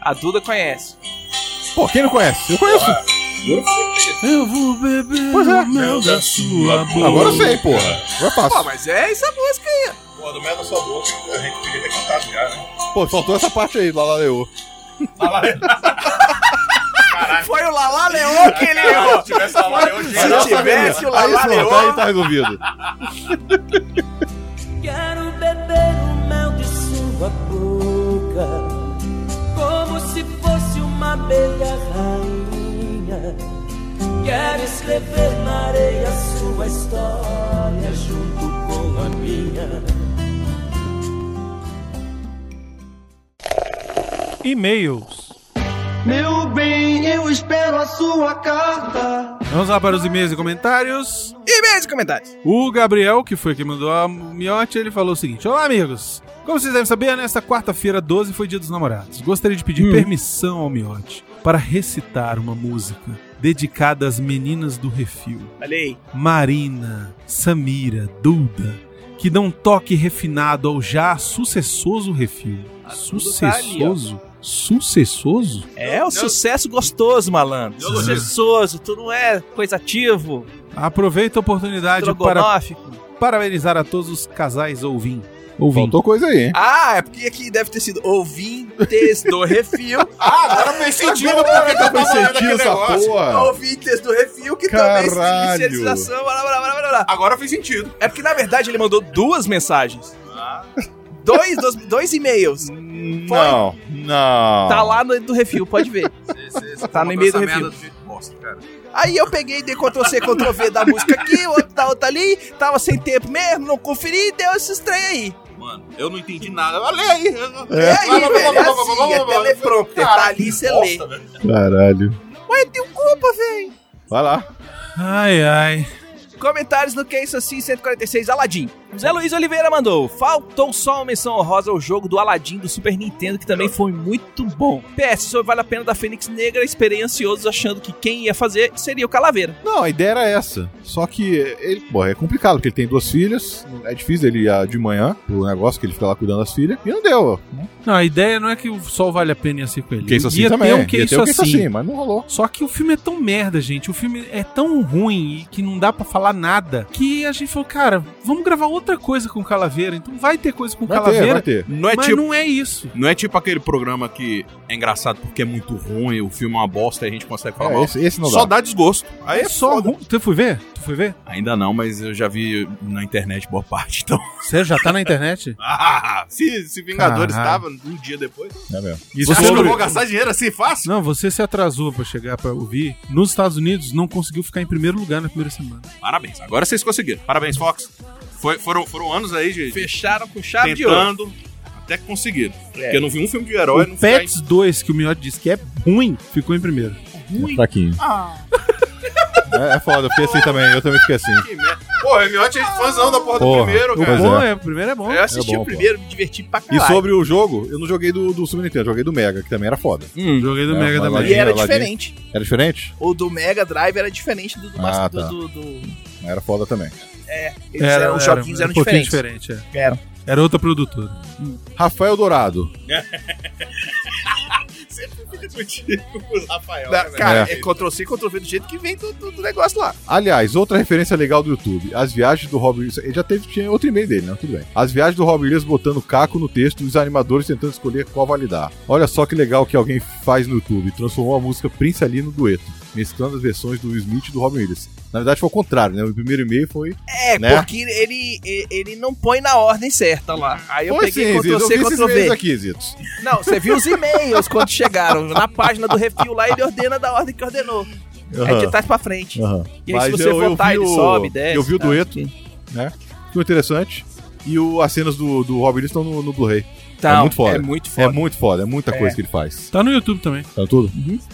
Speaker 2: A Duda conhece.
Speaker 3: Pô, quem não conhece? Eu conheço.
Speaker 1: Eu vou beber
Speaker 3: Pois é.
Speaker 1: o mel da sua boca.
Speaker 3: Agora eu sei, porra. Agora eu
Speaker 2: Pô,
Speaker 3: faço.
Speaker 2: mas é essa música aí.
Speaker 7: Pô, do mel da sua boca, a gente podia ter cantado já, né?
Speaker 3: Pô, faltou essa parte aí, Lalaleô.
Speaker 2: Foi o Lala Leão que ele errou.
Speaker 7: Se tivesse falado hoje,
Speaker 2: Se
Speaker 7: era-
Speaker 2: tivesse o
Speaker 3: Aí pronto,
Speaker 2: Lala
Speaker 3: aí tá resolvido.
Speaker 6: Quero beber o mel de sua boca, como se fosse uma abelha rainha. Quero escrever na areia sua história junto com a minha.
Speaker 1: E-mails.
Speaker 8: Meu bem, eu espero a sua carta.
Speaker 1: Vamos lá para os e-mails e comentários.
Speaker 2: E meus comentários.
Speaker 1: O Gabriel, que foi quem mandou a miote, ele falou o seguinte: Olá, amigos! Como vocês devem saber, nesta quarta-feira 12 foi dia dos namorados. Gostaria de pedir permissão ao miote para recitar uma música dedicada às meninas do refil.
Speaker 2: Olha aí.
Speaker 1: Marina, Samira, Duda, que dão um toque refinado ao já sucessoso refil.
Speaker 2: Ah, tudo tá ali, ó.
Speaker 1: Sucessoso? Sucessoso?
Speaker 2: É o sucesso gostoso, malandro.
Speaker 7: Meu Deus.
Speaker 2: Sucessoso. Tu não é coisativo,
Speaker 1: Aproveito a
Speaker 2: Ah,
Speaker 1: oportunidade para
Speaker 2: trogonófico.
Speaker 1: parabenizar a todos os casais ouvim. Ouvinte.
Speaker 3: Faltou coisa aí, hein?
Speaker 2: Ah, é porque aqui deve ter sido ouvintes do refil.
Speaker 7: Ah, agora fez sentido, porque
Speaker 3: Tá com
Speaker 7: falando
Speaker 3: sentido
Speaker 7: aquele
Speaker 3: essa
Speaker 7: negócio.
Speaker 3: porra.
Speaker 2: ouvintes do refil que também
Speaker 3: Caralho.
Speaker 2: se licenciação. Blá, blá, blá, blá, blá.
Speaker 7: Agora fez sentido. Ah.
Speaker 2: É porque, na verdade, ele mandou duas mensagens. Dois, dois, dois e-mails.
Speaker 3: Não, não.
Speaker 7: Ah.
Speaker 2: Tá lá no, do refil, pode ver. Tá no e-mail do refil. Aí eu peguei, dei Ctrl C, Ctrl V da música aqui, outro da outra ali, tava sem tempo mesmo, não conferi, deu esse estranho aí.
Speaker 7: Mano, eu não entendi nada. Olha aí.
Speaker 2: É, aí, velho, é assim, é teleprompter, tá ali, você lê.
Speaker 3: Caralho.
Speaker 2: Ué, tem um culpa, velho.
Speaker 3: Vai lá.
Speaker 1: Ai, ai.
Speaker 2: Comentários do Que Isso Assim 146, Aladim. Zé Luiz Oliveira mandou. Faltou só uma menção honrosa ao jogo do Aladim do Super Nintendo, que também foi muito bom. PS, sobre Vale a Pena da Fênix Negra, esperei ansioso achando que quem ia fazer seria o Calaveira.
Speaker 3: Não, a ideia era essa. Só que ele, pô, é complicado, porque ele tem duas filhas. É difícil ele ir ah, de manhã pro negócio que ele fica lá cuidando das filhas. E não deu.
Speaker 1: Não, a ideia não é que o sol vale a pena ia ser com ele.
Speaker 3: Que isso assim
Speaker 1: ia
Speaker 3: também.
Speaker 1: ter um que
Speaker 3: Ia
Speaker 1: isso
Speaker 3: ter um
Speaker 1: assim.
Speaker 3: mas não rolou.
Speaker 1: Só que o filme é tão merda, gente. O filme é tão ruim e que não dá pra falar nada. Que a gente falou, cara, vamos gravar outra coisa com o Calaveira. Então vai ter coisa com o
Speaker 3: Vai ter,
Speaker 1: Calaveira.
Speaker 3: vai ter.
Speaker 7: Não é
Speaker 1: mas
Speaker 7: tipo.
Speaker 1: não é isso.
Speaker 7: Não é tipo aquele programa que é engraçado porque é muito ruim, o filme é uma bosta e a gente consegue falar
Speaker 3: É,
Speaker 7: mal.
Speaker 3: esse, esse não
Speaker 7: Só
Speaker 3: dá.
Speaker 7: dá. desgosto. Aí
Speaker 1: É só ruim. Tu foi ver? Tu foi ver?
Speaker 7: Ainda não, mas eu já vi na internet boa parte, então.
Speaker 1: Sério, já tá na internet?
Speaker 7: Ah, se, se Vingadores
Speaker 1: Caralho.
Speaker 7: tava um dia depois.
Speaker 3: É mesmo.
Speaker 1: Isso
Speaker 7: Você não
Speaker 1: sobre-
Speaker 7: vou gastar dinheiro assim fácil?
Speaker 1: Não, você se atrasou pra chegar pra ouvir. Nos Estados Unidos não conseguiu ficar em primeiro lugar na primeira semana.
Speaker 7: Parabéns, agora vocês conseguiram. Parabéns, Fox. Foi- foram, foram anos aí, gente.
Speaker 2: Fecharam com chave de ouro.
Speaker 7: Tentando. Até que conseguiram. Porque eu não vi um filme de herói.
Speaker 1: É.
Speaker 7: não
Speaker 1: o
Speaker 7: ficar
Speaker 1: Pets 2, que o Miotti disse que é ruim, ficou em primeiro.
Speaker 3: Fraquinho. É, é foda, eu fiquei assim também, eu também fiquei assim.
Speaker 7: Pô, o Miotti é fãzão da porra,
Speaker 3: Porra,
Speaker 7: do primeiro,
Speaker 3: o
Speaker 7: cara.
Speaker 3: Pois
Speaker 1: bom,
Speaker 3: é.
Speaker 1: é, o primeiro é bom.
Speaker 2: Eu assisti
Speaker 3: É bom,
Speaker 2: o primeiro, me diverti pra
Speaker 3: E
Speaker 2: caralho.
Speaker 3: sobre o jogo, eu não joguei do, do Super Nintendo, eu joguei do Mega, que também era foda.
Speaker 1: Joguei do
Speaker 3: É,
Speaker 1: Mega
Speaker 3: mas
Speaker 1: também.
Speaker 3: Aladdin,
Speaker 2: e era
Speaker 3: Aladdin.
Speaker 2: diferente.
Speaker 3: Era diferente?
Speaker 2: O do Mega Drive era diferente do do,
Speaker 3: Ah,
Speaker 2: Master-
Speaker 3: tá.
Speaker 2: do, do- do-
Speaker 3: Era foda também.
Speaker 2: eles eram, os joguinhos eram
Speaker 1: um pouquinho
Speaker 2: diferentes.
Speaker 1: diferente. é.
Speaker 2: Eram.
Speaker 1: Era outra produtora.
Speaker 3: Rafael Dourado.
Speaker 7: Rafael,
Speaker 2: Da-
Speaker 7: né, velho?
Speaker 2: cara,
Speaker 3: É.
Speaker 2: é. Ctrl-C, Ctrl-V do jeito que vem do, do- do negócio lá.
Speaker 3: Aliás, outra referência legal do YouTube. As viagens do Robin Williams. Ele já teve tinha outro e-mail dele, né? Tudo bem. As viagens do Robin Williams botando caco no texto e os animadores tentando escolher qual validar. Olha só que legal que alguém faz no YouTube. Transformou a música Prince Ali no dueto, mesclando as versões do Will Smith e do Robin Williams. Na verdade foi o contrário, né? O primeiro e-mail foi.
Speaker 2: É,
Speaker 3: Né?
Speaker 2: porque ele, ele, ele não põe na ordem certa lá. Aí assim? eu
Speaker 3: foi
Speaker 2: peguei
Speaker 3: sim, Zitos. Eu vi
Speaker 2: Ctrl-C,
Speaker 3: esses e-mails
Speaker 2: Ctrl-V.
Speaker 3: aqui, Zitos.
Speaker 2: Não, você viu os e-mails quando chegaram. Na página do review lá, ele ordena da ordem que ordenou. É de
Speaker 3: Aham,
Speaker 2: trás pra frente.
Speaker 3: aham.
Speaker 2: E aí, se
Speaker 3: Mas
Speaker 2: você
Speaker 3: eu- eu
Speaker 2: voltar,
Speaker 3: vi
Speaker 2: ele
Speaker 3: o-
Speaker 2: sobe, desce.
Speaker 3: eu vi o
Speaker 2: tá?
Speaker 3: dueto. né? Ficou interessante. E o, as cenas do, do Robin Williams estão no, no Blu-ray.
Speaker 2: Tá,
Speaker 3: É muito foda.
Speaker 2: É muito
Speaker 3: É
Speaker 2: foda.
Speaker 3: muito foda, é muita coisa que ele faz.
Speaker 1: Tá no YouTube também.
Speaker 3: Tá tudo?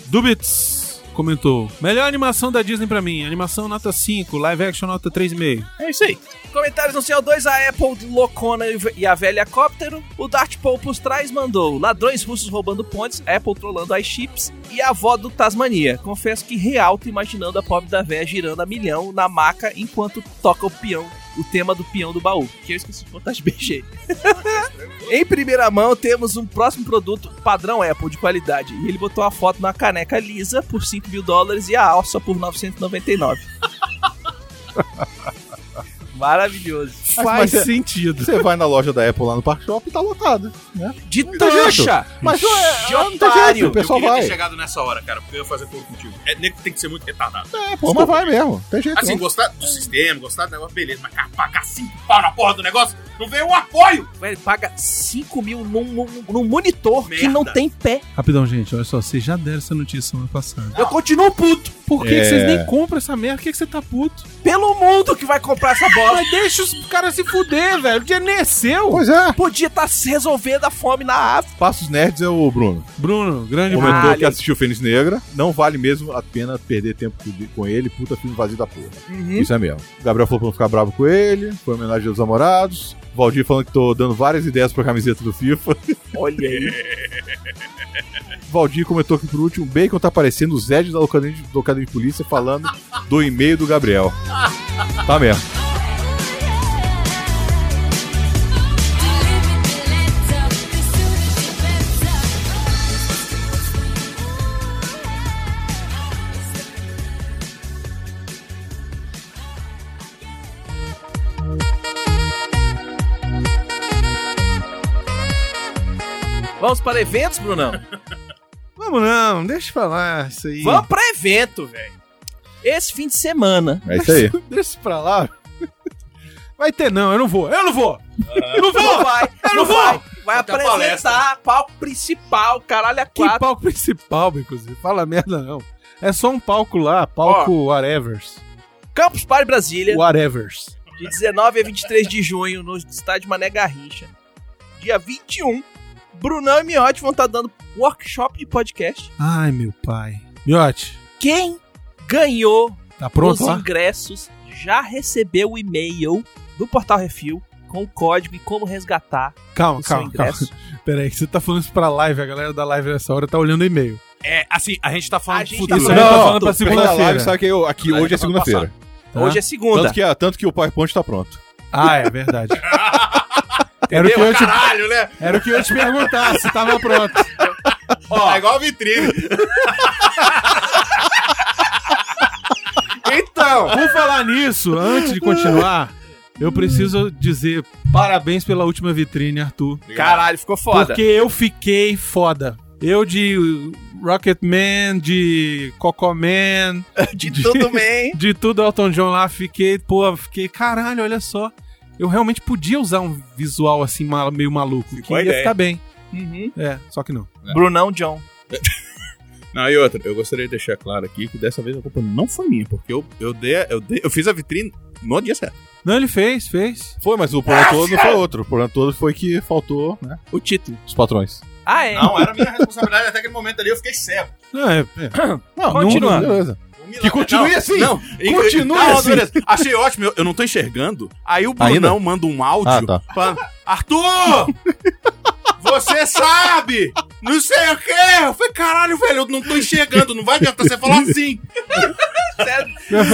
Speaker 1: Dubits comentou: Melhor animação da Disney pra mim. Animação nota 5, live action nota 3,5.
Speaker 2: É isso aí. Comentários no CO2, a Apple loucona e a velha cóptero. O Dart Pompus traz mandou ladrões russos roubando pontes, a Apple trollando as chips e a avó do Tasmania. Confesso que real tô imaginando a pobre da véia girando a milhão na maca enquanto toca o peão. O tema do peão do baú, que eu esqueci de contar de BG. em primeira mão, temos um próximo produto padrão Apple de qualidade. E ele botou a foto na caneca lisa por 5 mil dólares e a alça por 999. Maravilhoso.
Speaker 1: Faz
Speaker 3: mas é-
Speaker 1: sentido.
Speaker 3: Você vai na loja da Apple lá no Park Shop e tá lotado.
Speaker 2: De
Speaker 3: tem jeito.
Speaker 2: trouxa!
Speaker 3: Mas ó, é,
Speaker 2: De
Speaker 3: é, não tem jeito,
Speaker 2: otário!
Speaker 3: o pessoal
Speaker 7: eu queria
Speaker 3: vai.
Speaker 7: ter chegado nessa hora, cara, porque eu ia fazer tudo contigo. É, nego tem que ser muito retardado.
Speaker 3: É, pô, mas vai mesmo. Tem jeito
Speaker 7: Assim,
Speaker 3: não.
Speaker 7: gostar do sistema, gostar do negócio, beleza, mas cara, pagar cinco pau na porra do negócio, não veio um apoio!
Speaker 2: Velho, paga 5 mil num, num- num monitor que
Speaker 7: Merda.
Speaker 2: não tem pé.
Speaker 1: Rapidão, gente, olha só, vocês já deram essa notícia semana passada.
Speaker 2: Eu continuo puto.
Speaker 1: Ah, Por que,
Speaker 3: É.
Speaker 1: que vocês nem compram essa merda? Por que, que você tá puto?
Speaker 2: Pelo mundo que vai comprar essa bola.
Speaker 1: Mas deixa os caras se fuder, velho. O dinheiro nem é seu.
Speaker 3: Pois é.
Speaker 2: Podia estar se resolvendo a fome na África.
Speaker 3: Passos Nerds é o Bruno.
Speaker 1: Bruno, grande Bruno.
Speaker 3: Comentou
Speaker 2: Vale.
Speaker 3: que assistiu Fênix Negra. Não vale mesmo a pena perder tempo com- com ele. Puta filme vazio da porra. Isso é mesmo. O Gabriel falou pra não ficar bravo com ele. Foi homenagem aos namorados. Valdir falando que tô dando várias ideias pra camiseta do FIFA.
Speaker 2: Olha aí.
Speaker 3: Valdir comentou que por último, o Bacon tá aparecendo o Zed da locadinha de, locadinha de polícia falando do e-mail do Gabriel. Tá mesmo.
Speaker 2: Vamos para eventos, Brunão?
Speaker 1: Vamos não, deixa pra lá isso aí.
Speaker 2: Vamos para evento, velho. Esse fim de semana.
Speaker 3: É isso aí.
Speaker 1: Deixa pra lá. Vai ter não, eu não vou. Eu não vou. Ah. Eu não
Speaker 2: Não
Speaker 1: vou.
Speaker 2: vai,
Speaker 1: Eu
Speaker 2: não
Speaker 1: não
Speaker 2: vai. Vai
Speaker 7: Até a palestra.
Speaker 2: apresentar palco principal, caralho, a
Speaker 1: Que
Speaker 2: quatro.
Speaker 1: palco principal, inclusive. Fala merda não. É só um palco lá, palco whatevers.
Speaker 2: Campus Party Brasília.
Speaker 1: Whatevers.
Speaker 2: de 19 a 23 de junho, no estádio Mané Garrincha. Dia 21, Brunão e Miotti vão estar dando workshop de podcast.
Speaker 1: Ai, meu pai. Miote,
Speaker 2: Quem ganhou
Speaker 1: tá pronto
Speaker 2: os
Speaker 1: lá?
Speaker 2: ingressos já recebeu o e-mail do Portal Refil com o código e como resgatar
Speaker 1: Calma,
Speaker 2: o seu
Speaker 1: calma, calma.
Speaker 2: é ingresso.
Speaker 1: Pera aí, que você tá falando isso pra live, a galera da live nessa hora tá olhando o e-mail.
Speaker 7: É, assim, a gente tá
Speaker 2: falando
Speaker 7: falando
Speaker 2: de futuro.
Speaker 1: Isso
Speaker 2: Não,
Speaker 1: aí tá
Speaker 2: não,
Speaker 1: falando pra segunda-feira.
Speaker 3: Sabe que eu- aqui
Speaker 7: Não,
Speaker 3: hoje é
Speaker 7: tá falando
Speaker 3: segunda-feira.
Speaker 1: Tá?
Speaker 2: Hoje é segunda.
Speaker 3: Tanto que, a- tanto que o PowerPoint tá pronto.
Speaker 1: Ah, é verdade. era, o que eu te,
Speaker 7: Caralho, né?
Speaker 1: era o que eu ia te perguntar, se tava pronto.
Speaker 7: Ó, é igual a vitrine. então,
Speaker 1: Por falar nisso, antes de continuar, eu preciso dizer parabéns pela última vitrine, Arthur.
Speaker 2: Caralho, ficou foda.
Speaker 1: Porque eu fiquei foda. Eu de Rocketman, de Cocoman,
Speaker 2: De tudo bem.
Speaker 1: de tudo Elton John lá, fiquei, pô, fiquei, caralho, olha só. Eu realmente podia usar um visual assim mal- meio maluco, que
Speaker 7: Ficou a
Speaker 1: ia
Speaker 7: ideia.
Speaker 1: ficar bem.
Speaker 2: Uhum.
Speaker 1: É, só que não.
Speaker 2: Brunão John.
Speaker 7: Não, e outra, eu gostaria de deixar claro aqui que dessa vez a culpa não foi minha, porque eu, eu, dei, eu, dei- eu fiz a vitrine no dia certo.
Speaker 1: Não, ele fez, fez.
Speaker 3: Foi, mas o problema todo não foi outro. O problema todo foi que faltou, né?
Speaker 2: O título.
Speaker 3: Os patrões.
Speaker 2: Ah, é.
Speaker 7: Não, era minha responsabilidade até aquele momento ali, eu fiquei cego.
Speaker 1: Não, é, é.
Speaker 3: Não,
Speaker 2: Continuando.
Speaker 3: beleza. Que continue
Speaker 7: Não,
Speaker 3: assim!
Speaker 7: Não,
Speaker 3: Continue
Speaker 7: Ah,
Speaker 3: assim.
Speaker 7: beleza. Achei ótimo, eu, eu não tô enxergando. Aí o
Speaker 3: Ainda?
Speaker 7: Brunão manda um áudio
Speaker 3: Ah, tá.
Speaker 7: falando: Arthur! Você sabe! Não sei o quê! Eu falei, caralho, velho, eu não tô enxergando, não vai adiantar você falar assim.
Speaker 1: Foi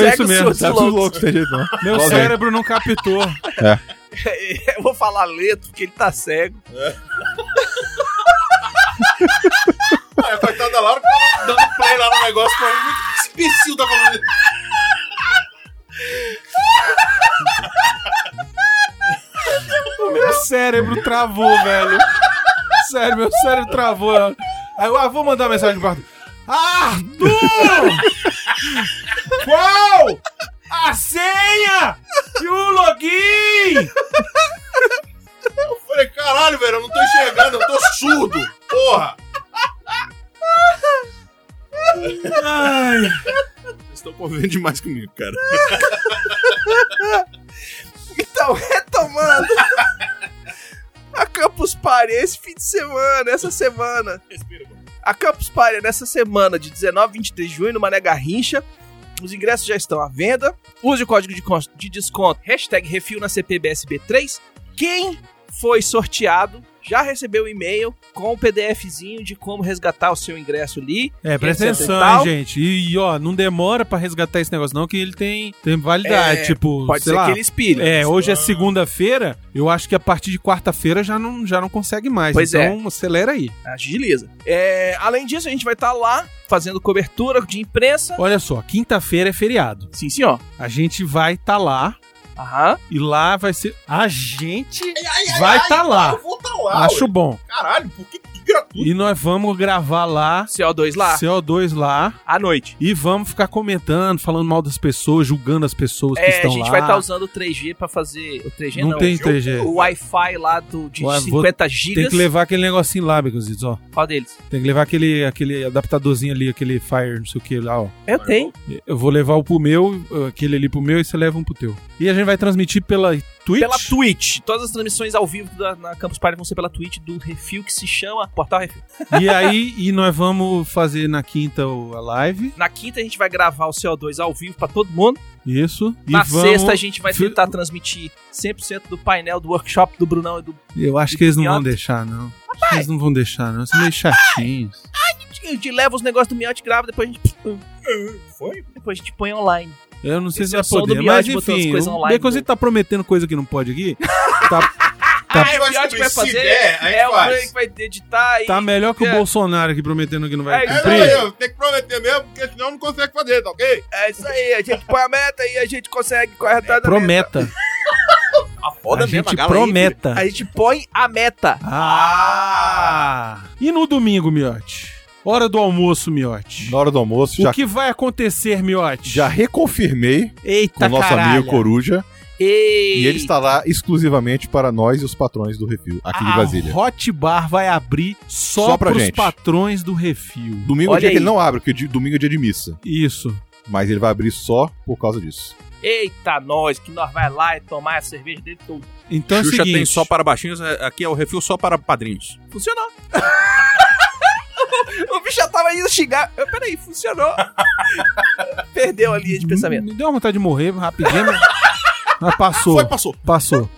Speaker 1: é isso mesmo.
Speaker 3: Tá tudo louco, tem jeito não.
Speaker 1: Meu
Speaker 3: Logo aí.
Speaker 1: cérebro não captou.
Speaker 2: Eu vou falar lento porque ele tá cego.
Speaker 7: Aí a coitada da Laura dando play lá no negócio pra mim. Que imbecil tá falando isso?
Speaker 1: Meu cérebro travou, velho. Sério, meu cérebro travou. Aí eu ah, vou mandar uma mensagem pro Arthur. Arthur! Qual a senha e o login?
Speaker 7: Eu falei, caralho, velho, eu não tô enxergando, eu tô surdo. Porra!
Speaker 1: Ai,
Speaker 7: Vocês estão convivendo demais comigo, cara.
Speaker 2: Então, retomando. A Campus Party esse fim de semana, essa semana. A Campus Party é nessa semana de 19 a 23 de junho no Mané Garrincha. Os ingressos já estão à venda. Use o código de, cons- de desconto hashtag refil na CPBSB3. Quem foi sorteado já recebeu um e-mail com o PDFzinho de como resgatar o seu ingresso ali.
Speaker 1: É, presta
Speaker 2: Etc e
Speaker 1: atenção,
Speaker 2: tal.
Speaker 1: hein, gente. E, ó, não demora pra resgatar esse negócio, não, que ele tem, tem validade.
Speaker 2: É,
Speaker 1: tipo,
Speaker 2: Pode
Speaker 1: sei
Speaker 2: ser
Speaker 1: lá.
Speaker 2: que ele né? espilhe.
Speaker 1: É, hoje é segunda-feira. Eu acho que a partir de quarta-feira já não, já não consegue mais.
Speaker 2: Pois é.
Speaker 1: então, acelera aí.
Speaker 2: Agiliza. É, além disso, a gente vai estar lá fazendo cobertura de imprensa.
Speaker 1: Olha só, quinta-feira é feriado.
Speaker 2: Sim, senhor.
Speaker 1: A gente vai estar lá
Speaker 2: Aham.
Speaker 1: e lá vai ser. A gente vai estar lá.
Speaker 7: vou tá
Speaker 1: Acho bom.
Speaker 7: Caralho, por que, que gratuito?
Speaker 1: E nós vamos gravar lá,
Speaker 2: CO2 lá,
Speaker 1: CO2 lá,
Speaker 2: à noite.
Speaker 1: e vamos ficar comentando, falando mal das pessoas, julgando as pessoas que
Speaker 2: É, a
Speaker 1: estão lá.
Speaker 2: gente vai estar usando o 3G pra fazer. O 3G não,
Speaker 1: Não tem 3G.
Speaker 2: o Wi-Fi lá do, de
Speaker 1: Ué, vou-
Speaker 2: 50 gigas.
Speaker 1: Tem que levar aquele negocinho lá, Beconzitos, ó.
Speaker 2: Qual deles?
Speaker 1: Tem que levar aquele, aquele adaptadorzinho ali, aquele Fire, não sei o que lá, ó.
Speaker 2: Eu tenho.
Speaker 1: Eu vou levar o pro meu, aquele ali pro meu e você leva um pro teu. E a gente vai transmitir pela Twitch.
Speaker 2: Pela Twitch. Todas as transmissões ao vivo da, na Campus Party vão ser pela Twitch do Refil, que se chama Portal Refil.
Speaker 1: E aí, e nós vamos fazer na quinta o- a live.
Speaker 2: Na quinta a gente vai gravar o CO2 ao vivo pra todo mundo.
Speaker 1: Isso. E
Speaker 2: na
Speaker 1: vamos-
Speaker 2: sexta a gente vai
Speaker 1: Fi-
Speaker 2: tentar transmitir 100% do painel do workshop do Brunão e do
Speaker 1: Eu acho que eles não vão
Speaker 2: Miotti.
Speaker 1: deixar, não. Acho que eles não vão deixar, não. São meio chatinhos.
Speaker 2: A gente leva os negócios do Miote grava, depois a gente. Foi? Depois a gente põe online.
Speaker 1: Eu não sei
Speaker 2: Esse
Speaker 1: se
Speaker 2: é o
Speaker 1: vai
Speaker 2: som do
Speaker 1: poder, mas
Speaker 2: Miotti botando as
Speaker 1: enfim.
Speaker 2: coisas
Speaker 1: O
Speaker 2: online, né?
Speaker 1: Beconzito tá prometendo coisa que não pode aqui. Tá, Tá.
Speaker 7: Ah, eu acho
Speaker 2: Miotti
Speaker 7: que se der, a gente
Speaker 2: é o
Speaker 7: faz.
Speaker 2: Brunão que vai editar e.
Speaker 1: tá melhor que o
Speaker 2: É.
Speaker 1: Bolsonaro aqui prometendo que não vai
Speaker 2: É isso
Speaker 1: cumprir.
Speaker 2: aí.
Speaker 7: tem que prometer mesmo, porque senão não consegue fazer, tá ok?
Speaker 2: É isso aí, a gente põe a meta e a gente consegue correr atrás da meta.
Speaker 1: Prometa.
Speaker 7: A é
Speaker 1: A
Speaker 7: foda
Speaker 1: gente prometa.
Speaker 2: A gente põe a meta.
Speaker 1: Ah! E no domingo, Miote? Hora do almoço, Miote.
Speaker 3: Na hora do almoço, já,
Speaker 1: O que vai acontecer, Miote?
Speaker 3: já reconfirmei com
Speaker 1: Eita,
Speaker 3: o nosso
Speaker 1: Tá caralho.
Speaker 3: amigo Coruja.
Speaker 2: Ei.
Speaker 3: E ele está lá exclusivamente para nós e os patrões do Refil, aqui
Speaker 2: Ah.
Speaker 3: de
Speaker 1: a
Speaker 3: Brasília.
Speaker 1: Hot Bar vai abrir só,
Speaker 3: Só pra
Speaker 1: pros
Speaker 3: gente.
Speaker 1: patrões do refil.
Speaker 3: Domingo é
Speaker 2: Olha
Speaker 3: dia que
Speaker 2: aí.
Speaker 3: ele não abre, porque di- domingo é dia de missa.
Speaker 1: Isso.
Speaker 3: Mas ele vai abrir só por causa disso.
Speaker 2: Eita, nós, que nós vai lá e tomar a cerveja dele todo.
Speaker 1: Então é o
Speaker 7: Xuxa
Speaker 1: seguinte.
Speaker 7: tem só para baixinhos, é- aqui é o refil só para padrinhos.
Speaker 2: Funcionou. o bicho já tava indo xingar. Eu, Peraí, funcionou. Perdeu a linha de pensamento.
Speaker 1: Me deu uma vontade de morrer rapidinho, mas, mas passou.
Speaker 7: Foi, passou.
Speaker 1: Passou.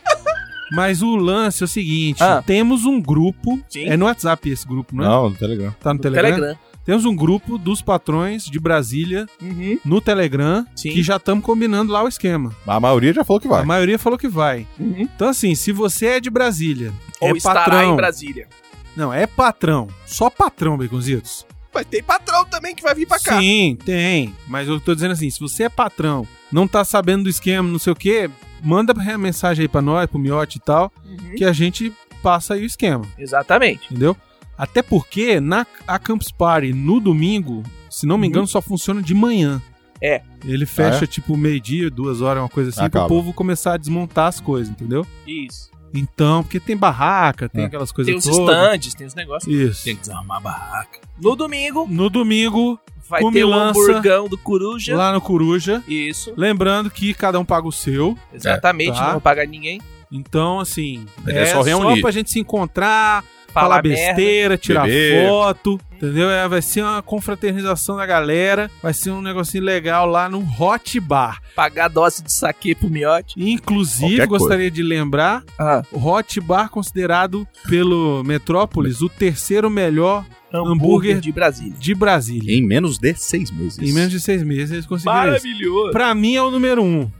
Speaker 1: Mas o lance é o seguinte:
Speaker 2: Ah.
Speaker 1: temos um grupo.
Speaker 2: Sim.
Speaker 1: É no WhatsApp esse grupo, não é?
Speaker 3: Não, no Telegram.
Speaker 1: Tá no Telegram? Temos um grupo dos patrões de Brasília
Speaker 2: Uhum.
Speaker 1: no Telegram
Speaker 2: Sim.
Speaker 1: que já estamos combinando lá o esquema.
Speaker 3: A maioria já falou que vai.
Speaker 1: A maioria falou que vai.
Speaker 2: Uhum.
Speaker 1: Então, assim, se você é de Brasília,
Speaker 2: Ou
Speaker 1: é
Speaker 2: estará
Speaker 1: patrão.
Speaker 2: em Brasília.
Speaker 1: Não, é patrão. Só patrão, Baconzitos.
Speaker 2: Mas tem patrão também que vai vir pra cá.
Speaker 1: Sim, tem. Mas eu tô dizendo assim, se você é patrão, não tá sabendo do esquema, não sei o quê, manda a mensagem aí pra nós, pro Miote e tal,
Speaker 2: Uhum.
Speaker 1: que a gente passa aí o esquema,
Speaker 2: Exatamente.
Speaker 1: entendeu? Até porque na a Campus Party no domingo, se não me
Speaker 2: Uhum.
Speaker 1: engano, só funciona de manhã.
Speaker 2: É.
Speaker 1: Ele fecha tipo meio-dia, duas horas, uma coisa assim,
Speaker 3: Ah, Acaba.
Speaker 1: pro povo começar a desmontar as coisas, entendeu?
Speaker 2: Isso.
Speaker 1: Então, porque tem barraca, tem
Speaker 3: É.
Speaker 1: aquelas
Speaker 2: Tem
Speaker 1: coisas
Speaker 2: os
Speaker 1: todas.
Speaker 2: estandes, tem os negócios.
Speaker 1: Isso.
Speaker 7: Tem que desarmar a barraca.
Speaker 2: No domingo
Speaker 1: No domingo,
Speaker 2: vai
Speaker 1: Come
Speaker 2: ter o
Speaker 1: lança.
Speaker 2: hamburgão do Coruja.
Speaker 1: lá no Coruja,
Speaker 2: Isso.
Speaker 1: lembrando que cada um paga o seu.
Speaker 2: Exatamente.
Speaker 1: tá.
Speaker 2: Não vai pagar ninguém.
Speaker 1: Então, assim,
Speaker 7: É só reunir.
Speaker 1: pra gente se encontrar, falar,
Speaker 2: falar merda.
Speaker 1: besteira, tirar
Speaker 7: Beber.
Speaker 1: foto, entendeu? É, vai ser uma confraternização da galera, vai ser um negocinho legal lá no Hot Bar.
Speaker 2: pagar dose de saque pro miote.
Speaker 1: Inclusive,
Speaker 7: Qualquer coisa.
Speaker 1: gostaria de lembrar,
Speaker 2: Ah,
Speaker 1: o Hot Bar é considerado pelo Metrópolis o terceiro melhor
Speaker 2: hambúrguer,
Speaker 1: Hambúrguer
Speaker 2: de Brasília.
Speaker 1: de Brasília.
Speaker 7: Em menos de seis meses.
Speaker 1: Em menos de seis meses eles conseguiram isso.
Speaker 2: Maravilhoso.
Speaker 1: Pra mim é o número um.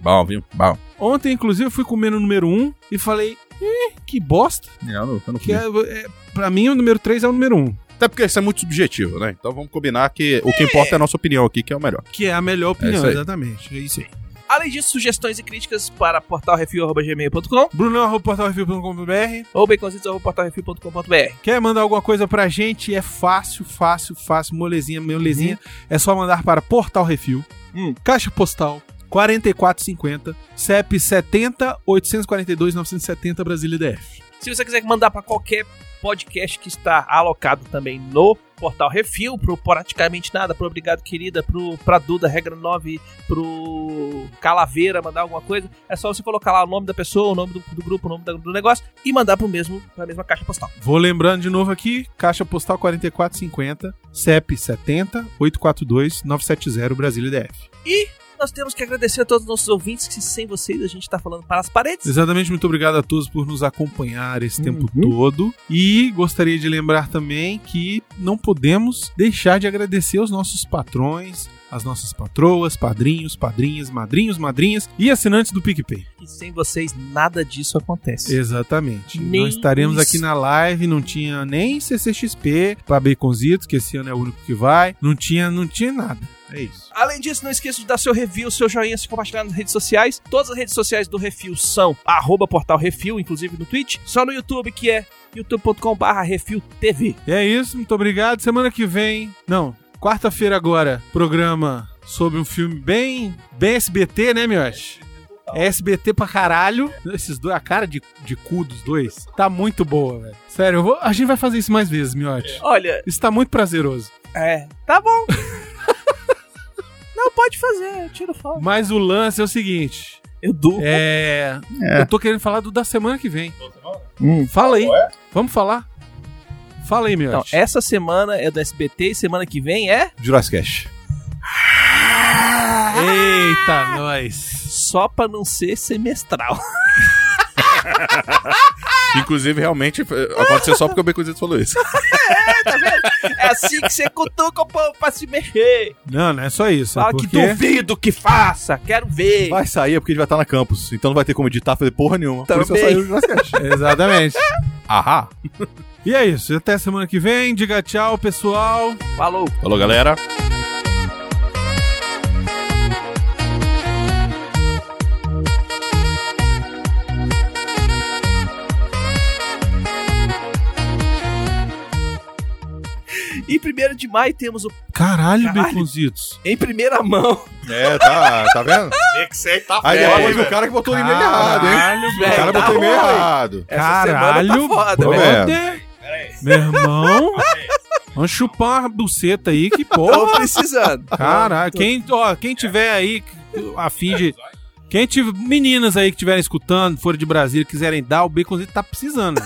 Speaker 7: Bom, viu? Bom.
Speaker 1: Ontem, inclusive, eu fui comer no número um e falei, "Ih, que bosta.
Speaker 7: Eu não, eu não
Speaker 1: Que é, é- pra mim, o número três é o número um,
Speaker 7: Até porque isso é muito subjetivo, né? Então vamos combinar que o que importa é a nossa opinião aqui, que é o melhor.
Speaker 1: que é a melhor
Speaker 7: É
Speaker 1: opinião,
Speaker 7: isso aí.
Speaker 1: exatamente. É isso aí.
Speaker 2: Além disso, sugestões e críticas para portalrefil.gmail.com
Speaker 1: brunão.portalreview.com.br
Speaker 2: ou baconzitos.portalrefil.com.br.
Speaker 1: Quer mandar alguma coisa pra gente? É fácil, fácil, fácil, molezinha, molezinha. É só mandar para Portal Refil,
Speaker 2: Hum.
Speaker 1: Caixa Postal 4450, CEP 70 842 970 Brasília DF.
Speaker 2: Se você quiser mandar para qualquer podcast que está alocado também no Portal Refil, pro Praticamente Nada, pro Obrigado Querida, pro pra Duda, Regra 9, pro Calaveira, mandar alguma coisa, é só você colocar lá o nome da pessoa, o nome do, do grupo, o nome da- do negócio e mandar pro mesmo, pra mesma caixa postal.
Speaker 1: Vou lembrando de novo aqui, Caixa Postal 4450, CEP 70 842 970 Brasília DF.
Speaker 2: Nós temos que agradecer a todos os nossos ouvintes, que sem vocês a gente está falando para as paredes.
Speaker 1: Exatamente, muito obrigado a todos por nos acompanhar esse tempo todo. E gostaria de lembrar também que não podemos deixar de agradecer aos nossos patrões, às nossas patroas, padrinhos, padrinhas, madrinhos, madrinhas e assinantes do PicPay.
Speaker 2: E sem vocês nada disso acontece.
Speaker 1: Exatamente.
Speaker 2: Nem
Speaker 1: não estaremos
Speaker 2: isso.
Speaker 1: aqui na live, não tinha nem CCXP pra Baconzitos, que esse ano é o único que vai. Não tinha, não tinha nada. É isso.
Speaker 2: Além disso, não esqueça de dar seu review, seu joinha, se compartilhar nas redes sociais. Todas as redes sociais do Refil são arroba portal Refil, inclusive no Twitch. Só no YouTube, que é youtube.com.br RefilTV.
Speaker 1: E é isso, muito obrigado. Semana que vem, não, quarta-feira agora, programa sobre um filme bem, bem SBT, né, Mioche? É SBT pra caralho. Esses dois, a cara de, de cu dos dois tá muito boa, velho. Sério, eu vou- a gente vai fazer isso mais vezes, Miote.
Speaker 2: Olha,
Speaker 1: Isso tá muito prazeroso.
Speaker 2: é, tá bom. não, pode fazer, eu tiro foto.
Speaker 1: Mas o lance é o seguinte:
Speaker 2: Eu durmo.
Speaker 1: é. Eu tô querendo falar do da semana que vem.
Speaker 2: Hum.
Speaker 1: Fala aí. Vamos falar. Fala aí,
Speaker 2: Então,
Speaker 1: Miote.
Speaker 2: essa semana é do SBT e semana que vem é
Speaker 7: Jurassic Cash.
Speaker 1: Eita, nós.
Speaker 2: só pra não ser semestral.
Speaker 7: Inclusive, realmente, eh, aconteceu só porque o Baconzitos falou isso.
Speaker 2: É assim que você cutuca o povo pra se mexer.
Speaker 1: Não, não é só isso. é
Speaker 2: Fala que
Speaker 1: porque...
Speaker 2: duvido que faça, quero ver.
Speaker 3: Vai sair é porque ele vai estar na campus, então não vai ter como editar, fazer porra nenhuma. Por isso eu
Speaker 2: Também.
Speaker 3: saí o Jurassic Cash.
Speaker 7: É.
Speaker 1: Exatamente.
Speaker 7: Ahá.
Speaker 1: E é isso. Até semana que vem. Diga tchau, pessoal.
Speaker 2: Falou.
Speaker 7: Falou, galera.
Speaker 2: E 1 de maio temos o
Speaker 1: Caralho,
Speaker 2: Caralho.
Speaker 1: Baconzitos.
Speaker 2: Em primeira mão.
Speaker 3: É, tá, tá vendo?
Speaker 7: tá
Speaker 3: Aí depois
Speaker 7: né?
Speaker 3: o cara que botou o
Speaker 7: Ah.
Speaker 3: e-mail errado, hein? O
Speaker 2: velho,
Speaker 3: cara
Speaker 2: tá
Speaker 3: botou o e-mail
Speaker 2: ruim.
Speaker 3: errado.
Speaker 1: Caralho,
Speaker 2: semana tá foda,
Speaker 1: brother.
Speaker 3: velho.
Speaker 1: Meu irmão. Vamos chupar uma buceta aí, que
Speaker 2: Tô
Speaker 1: porra.
Speaker 2: precisando.
Speaker 3: Tá
Speaker 1: Caralho. Quem, ó, quem tiver aí a fim de... Quem tiver, meninas aí que estiverem escutando, forem de Brasília, quiserem dar, o Baconzito tá precisando.